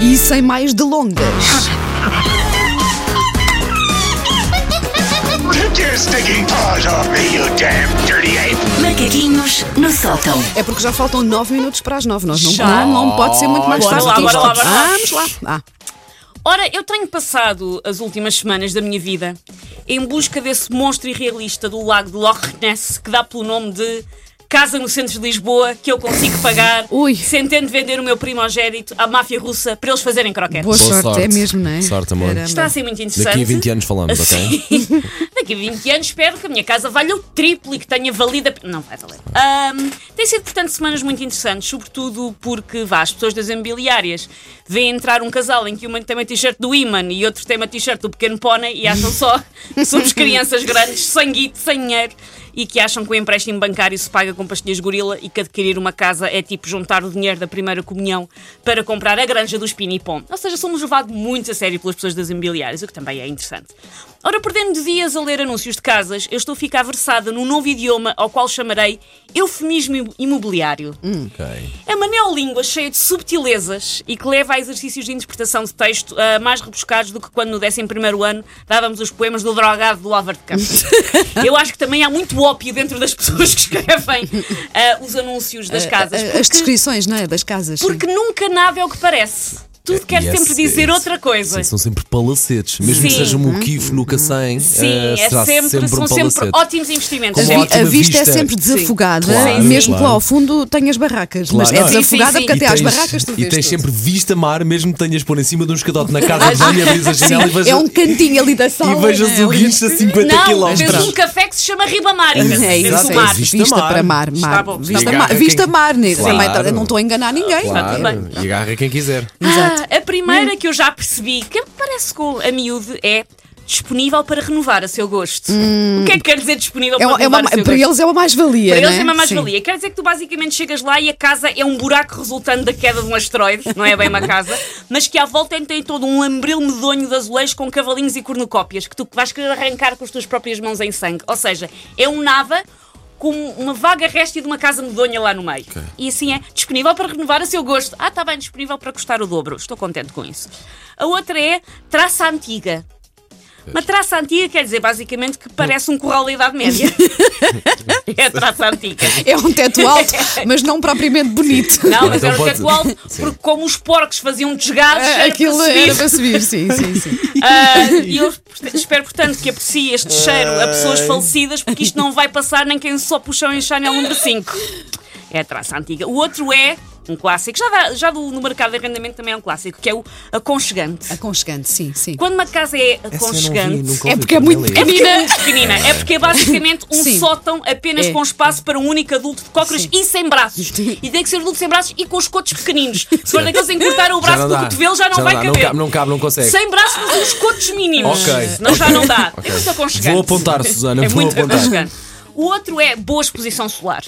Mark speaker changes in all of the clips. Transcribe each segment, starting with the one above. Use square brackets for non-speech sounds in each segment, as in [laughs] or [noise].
Speaker 1: E sem mais delongas.
Speaker 2: Take your stinking paws off me, you damn dirty ape!
Speaker 3: Macaquinhos no sótão.
Speaker 1: É porque já faltam 9 minutos para as 9. Nós não,
Speaker 4: Já.
Speaker 1: não, não pode ser muito mais
Speaker 4: Bora
Speaker 1: fácil
Speaker 4: lá,
Speaker 1: que isto.
Speaker 4: bora lá, bora lá.
Speaker 1: Vamos lá. Ah,
Speaker 4: Ora, eu tenho passado as últimas semanas da minha vida em busca desse monstro irrealista do lago de Loch Ness que dá pelo nome de Casa no Centro de Lisboa que eu consigo pagar
Speaker 1: Ui.
Speaker 4: sem ter de vender o meu primogénito à máfia russa para eles fazerem croquetes.
Speaker 1: boa, sorte.
Speaker 5: sorte.
Speaker 1: é mesmo, não é?
Speaker 5: Sorte, amor.
Speaker 1: Caramba.
Speaker 4: Está a ser muito interessante.
Speaker 5: Daqui a 20 anos falamos, ok?
Speaker 4: Sim. Daqui a 20 anos espero que a minha casa valha o triplo e que tenha valido a... Não vai valer. Ahm, tem sido, portanto, semanas muito interessantes, sobretudo porque vá, as pessoas das imobiliárias veem entrar um casal em que uma tem uma t-shirt do Iman e outro tem uma t-shirt do Pequeno Pony e acham só que somos crianças grandes, sem guito, sem dinheiro e que acham que o empréstimo bancário se paga com pastilhas de gorila e que adquirir uma casa é tipo juntar o dinheiro da primeira comunhão para comprar a granja dos Pinipom. Ou seja, somos levados muito a sério pelas pessoas das imobiliárias, o que também é interessante. Ora, perdendo dias a ler anúncios de casas, eu estou a ficar versada num novo idioma ao qual chamarei eufemismo im- imobiliário.
Speaker 5: Ok.
Speaker 4: É uma neolíngua cheia de subtilezas e que leva a exercícios de interpretação de texto ah, mais rebuscados do que quando no 11 ano dávamos os poemas do drogado do Álvaro
Speaker 1: [laughs]
Speaker 4: de Campos. Eu acho que também há muito ópio dentro das pessoas que escrevem ah, os anúncios das casas.
Speaker 1: Ah, As descrições, não é? Das casas. sim.
Speaker 4: Porque nunca nada é o que parece. Tudo quer
Speaker 5: Yes,
Speaker 4: sempre dizer
Speaker 5: yes.
Speaker 4: outra coisa.
Speaker 5: Sim, são sempre palacetes. Mesmo que
Speaker 4: Sim. Uhum.
Speaker 5: seja um moquifo no cacém,
Speaker 4: Sim,
Speaker 5: eh,
Speaker 4: é
Speaker 5: será
Speaker 4: sempre, são
Speaker 5: um
Speaker 4: sempre
Speaker 5: palacete.
Speaker 4: ótimos investimentos.
Speaker 5: Como
Speaker 4: É
Speaker 1: A vi-
Speaker 5: ótima
Speaker 1: a vista, é
Speaker 5: vista.
Speaker 1: sempre desafogada,
Speaker 5: Sim. Claro,
Speaker 1: mesmo
Speaker 5: claro.
Speaker 1: que lá ao fundo tenhas barracas. mas
Speaker 5: Claro,
Speaker 1: é
Speaker 5: não é?
Speaker 1: desafogada
Speaker 4: Sim, sim,
Speaker 1: porque até
Speaker 5: E
Speaker 1: às
Speaker 5: tens-
Speaker 1: barracas tu
Speaker 5: E
Speaker 1: vês.
Speaker 5: tens
Speaker 1: tudo.
Speaker 5: sempre vista mar, mesmo que tenhas por em cima de um escadote na casa de
Speaker 4: Ah,
Speaker 5: banho, abris a janela e
Speaker 1: É
Speaker 5: vejas,
Speaker 1: um cantinho ali da sala.
Speaker 5: e vejas
Speaker 1: não é?
Speaker 5: o guincho assim, a 50
Speaker 4: Não,
Speaker 5: km.
Speaker 4: tens um café que se chama Ribamari.
Speaker 1: É
Speaker 4: tens
Speaker 1: isso,
Speaker 4: o
Speaker 1: é
Speaker 4: mar.
Speaker 1: isso.
Speaker 5: Vista
Speaker 1: Vista
Speaker 5: mar.
Speaker 1: para mar, mar.
Speaker 4: Está bom.
Speaker 1: Vista
Speaker 5: Diga,
Speaker 1: mar,
Speaker 5: quem-
Speaker 1: vista mar, né?
Speaker 5: Claro.
Speaker 1: Também não estou a enganar ninguém. é?
Speaker 5: Claro, e agarra quem quiser.
Speaker 4: Ah, a
Speaker 1: Hum.
Speaker 4: primeira que eu já percebi, que parece com a miúde, é disponível para renovar a seu gosto. O que é que quer dizer disponível
Speaker 1: Hum. É
Speaker 4: para
Speaker 1: uma- é
Speaker 4: renovar
Speaker 1: uma-
Speaker 4: a seu
Speaker 1: para
Speaker 4: gosto?
Speaker 1: eles é uma mais-valia.
Speaker 4: Para eles
Speaker 1: não
Speaker 4: é uma mais-valia.
Speaker 1: Sim.
Speaker 4: Quer dizer que tu basicamente chegas lá e a casa é um buraco resultante da queda de um asteroide, não é bem uma casa, mas que à volta tem todo um lambril medonho de azulejos com cavalinhos e cornucópias que tu vais querer arrancar com as tuas próprias mãos em sangue. Ou seja, é um nada com uma vaga réstia de uma casa medonha lá no meio. E assim é, disponível para renovar a seu gosto. Ah, está bem, disponível para custar o dobro. Estou contente com isso. A outra é traça antiga. Uma traça antiga quer dizer basicamente que parece um corral da Idade Média. é a traça antiga.
Speaker 1: É um teto alto, mas não propriamente bonito. [laughs]
Speaker 4: Não, mas
Speaker 5: Então
Speaker 4: era o
Speaker 5: pode-
Speaker 4: teto alto,
Speaker 5: Sim.
Speaker 4: porque como os porcos faziam desgados,
Speaker 1: Ah,
Speaker 4: era
Speaker 1: Aquilo
Speaker 4: para se
Speaker 1: era
Speaker 4: ver.
Speaker 1: para subir, sim, sim, sim.
Speaker 4: Ah, E eu porta- espero, portanto, que aprecie este cheiro a pessoas falecidas, porque isto não vai passar nem quem só puxou em Chanel número 5. um É a traça antiga. O outro é um clássico, já, dá- já do, no mercado de arrendamento também é um clássico, que é o aconchegante.
Speaker 1: Aconchegante, sim, sim.
Speaker 4: Quando uma casa é aconchegante,
Speaker 1: É porque é muito
Speaker 4: É porque é
Speaker 1: pequenina.
Speaker 4: muito pequenina. É porque é basicamente um
Speaker 1: Sim.
Speaker 4: sótão apenas
Speaker 1: É.
Speaker 4: com espaço para um único adulto de cócoras
Speaker 1: Sim.
Speaker 4: e sem braços.
Speaker 1: Sim.
Speaker 4: E tem que ser adulto sem braços e com os cotos pequeninos. Se for daqueles em que cortaram o braço do cotovelo, já não vai
Speaker 5: dá, Não
Speaker 4: caber.
Speaker 5: cabe, não cabe, não consegue.
Speaker 4: Sem braços, mas uns cotos mínimos.
Speaker 5: Ok.
Speaker 4: Não, já não dá.
Speaker 5: Ok.
Speaker 4: É muito aconchegante.
Speaker 5: Vou apontar, Susana,
Speaker 4: É
Speaker 5: vou
Speaker 4: muito
Speaker 5: apontar.
Speaker 4: aconchegante. O outro é boa exposição solar.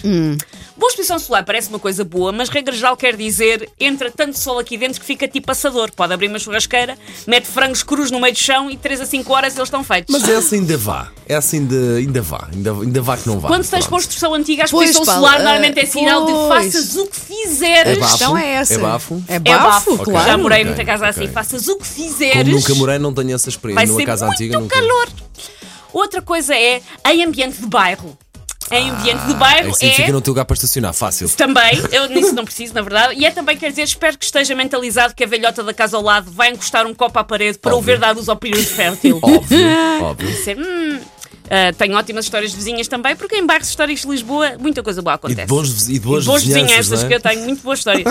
Speaker 4: Boa exposição solar parece uma coisa boa, mas regra geral quer dizer entra tanto sol aqui dentro que fica tipo assador. Pode abrir uma churrasqueira, mete frangos crus no meio do chão e 3 a 5 horas eles estão feitos.
Speaker 5: Mas essa ainda vá. Essa ainda, ainda vá. Ainda, ainda vá que não vá.
Speaker 4: Quando tens
Speaker 5: Pronto.
Speaker 4: construção antiga, a
Speaker 1: Pois,
Speaker 4: exposição
Speaker 1: Paulo,
Speaker 4: solar
Speaker 1: eh,
Speaker 4: normalmente é sinal de
Speaker 1: pois.
Speaker 4: faças o que fizeres.
Speaker 5: É bafo.
Speaker 1: Então é essa.
Speaker 5: É bafo?
Speaker 1: É
Speaker 4: É
Speaker 1: bafo,
Speaker 5: Ok.
Speaker 1: claro.
Speaker 4: Já morei em
Speaker 5: Ok,
Speaker 4: muita casa
Speaker 5: ok.
Speaker 4: assim. Faças o que fizeres.
Speaker 5: Como nunca morei, não tenho essa experiência.
Speaker 4: vai
Speaker 5: Numa
Speaker 4: ser
Speaker 5: casa
Speaker 4: muito
Speaker 5: antiga, nunca.
Speaker 4: calor. Outra coisa é em ambiente de bairro. Em
Speaker 5: Ah,
Speaker 4: ambiente de bairro
Speaker 5: Aí sim,
Speaker 4: é.
Speaker 5: fica no teu lugar para estacionar, fácil.
Speaker 4: Também, eu nisso não preciso, na verdade. E é também, quer dizer, espero que esteja mentalizado que a velhota da casa ao lado vai encostar um copo à parede para o
Speaker 5: Óbvio.
Speaker 4: ver dar luz ao período fértil. [laughs]
Speaker 5: Óbvio, óbvio.
Speaker 4: Dizer, "Hum, ah, tenho ótimas histórias de vizinhas também, porque em bairros históricos de Lisboa muita coisa boa
Speaker 5: E
Speaker 4: acontece.
Speaker 5: de, bons, e de boas
Speaker 4: E boas
Speaker 5: vizinhanças,
Speaker 4: vizinhanças
Speaker 5: não é?
Speaker 4: que eu tenho, muito boas
Speaker 1: [laughs]
Speaker 4: histórias.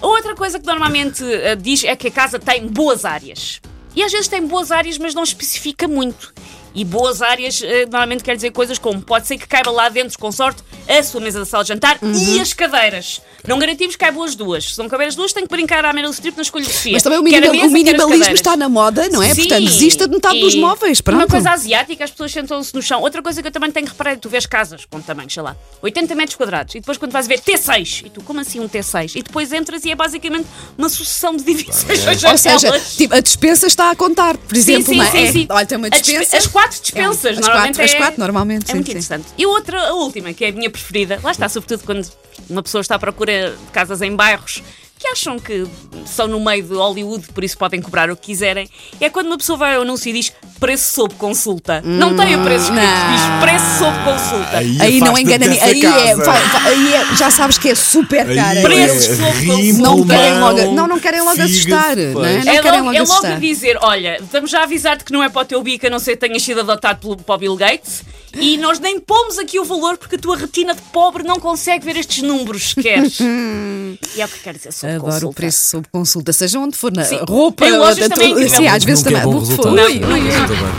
Speaker 4: Outra coisa que normalmente eh, diz é que a casa tem boas áreas. E às vezes tem boas áreas, mas não especifica muito. E boas áreas eh, normalmente quer dizer coisas como pode ser que caiba lá dentro, com sorte, a sua mesa de sala de jantar
Speaker 1: Uhum.
Speaker 4: e as cadeiras. Não garantimos que caibam as duas. Se não caber as duas, tem que brincar à Meryl Streep na escolha de Sofia.
Speaker 1: Mas também o,
Speaker 4: Quer a
Speaker 1: minima- o
Speaker 4: mesa, quer as
Speaker 1: minimalismo
Speaker 4: cadeiras.
Speaker 1: está na moda, não é?
Speaker 4: Sim.
Speaker 1: Portanto, desista de metade dos
Speaker 4: E
Speaker 1: móveis. Pronto.
Speaker 4: Uma coisa asiática, as pessoas sentam-se no chão. Outra coisa que eu também tenho reparado, tu vês casas com tamanhos, sei lá, 80 metros quadrados. E depois quando vais ver T6, e tu, como assim um T6? E depois entras e é basicamente uma sucessão de divisões. das
Speaker 1: Ou seja,
Speaker 4: janelas.
Speaker 1: tipo, a dispensa está a contar, por
Speaker 4: Sim,
Speaker 1: exemplo.
Speaker 4: sim,
Speaker 1: não é?
Speaker 4: sim, sim.
Speaker 1: Olha, tem uma
Speaker 4: A dispe-
Speaker 1: dispensa.
Speaker 4: As quatro dispensas,
Speaker 1: É, as
Speaker 4: normalmente.
Speaker 1: quatro- as
Speaker 4: é-
Speaker 1: quatro, normalmente,
Speaker 4: É
Speaker 1: sim,
Speaker 4: muito
Speaker 1: sim.
Speaker 4: interessante. E outra, a última, que é a minha preferida, lá está, sobretudo quando uma pessoa está à procura de casas em bairros, que acham que são no meio de Hollywood, por isso podem cobrar o que quiserem, é quando uma pessoa vai ao anúncio e diz preço sob consulta. Não tem o preço escrito,
Speaker 1: Hum, não.
Speaker 4: diz preço sob consulta.
Speaker 1: Aí não
Speaker 5: afasta-te
Speaker 1: engana ninguém.
Speaker 5: dessa
Speaker 1: Aí, é,
Speaker 5: casa.
Speaker 1: fa- fa- aí é- já sabes que é super
Speaker 5: Aí
Speaker 1: cara.
Speaker 5: é
Speaker 4: Preços
Speaker 5: rim,
Speaker 4: sobre consumo.
Speaker 1: Não querem
Speaker 5: pulmão,
Speaker 1: logo- não, não querem logo
Speaker 5: fígado,
Speaker 1: assustar, não é?
Speaker 5: pois.
Speaker 4: É
Speaker 1: querem
Speaker 4: logo,
Speaker 1: logo
Speaker 4: é logo
Speaker 1: assustar.
Speaker 4: dizer, olha, vamos já avisar-te que não é para o teu bico, a não ser que tenhas sido adotado pelo, para o Bill Gates. E nós nem pomos aqui o valor porque a tua retina de pobre não consegue ver estes números que
Speaker 1: [laughs]
Speaker 4: queres. e é o que quero dizer sobre
Speaker 1: Adoro o
Speaker 4: consulta.
Speaker 1: preço sob consulta, seja onde for, na
Speaker 4: Sim.
Speaker 1: roupa,
Speaker 4: Em lojas
Speaker 1: eh,
Speaker 4: também é
Speaker 1: tudo-
Speaker 4: incrível.
Speaker 1: Sim, às vezes
Speaker 5: Nunca
Speaker 1: também.
Speaker 5: é bom resultado.
Speaker 1: Ui,
Speaker 5: Não,
Speaker 1: ui,
Speaker 5: não
Speaker 1: ui.
Speaker 5: resulta bem.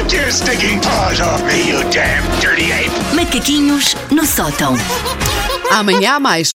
Speaker 2: Take your stinking paws off me, you damn dirty ape!
Speaker 3: Macaquinhos no sótão.
Speaker 1: Amanhã há mais.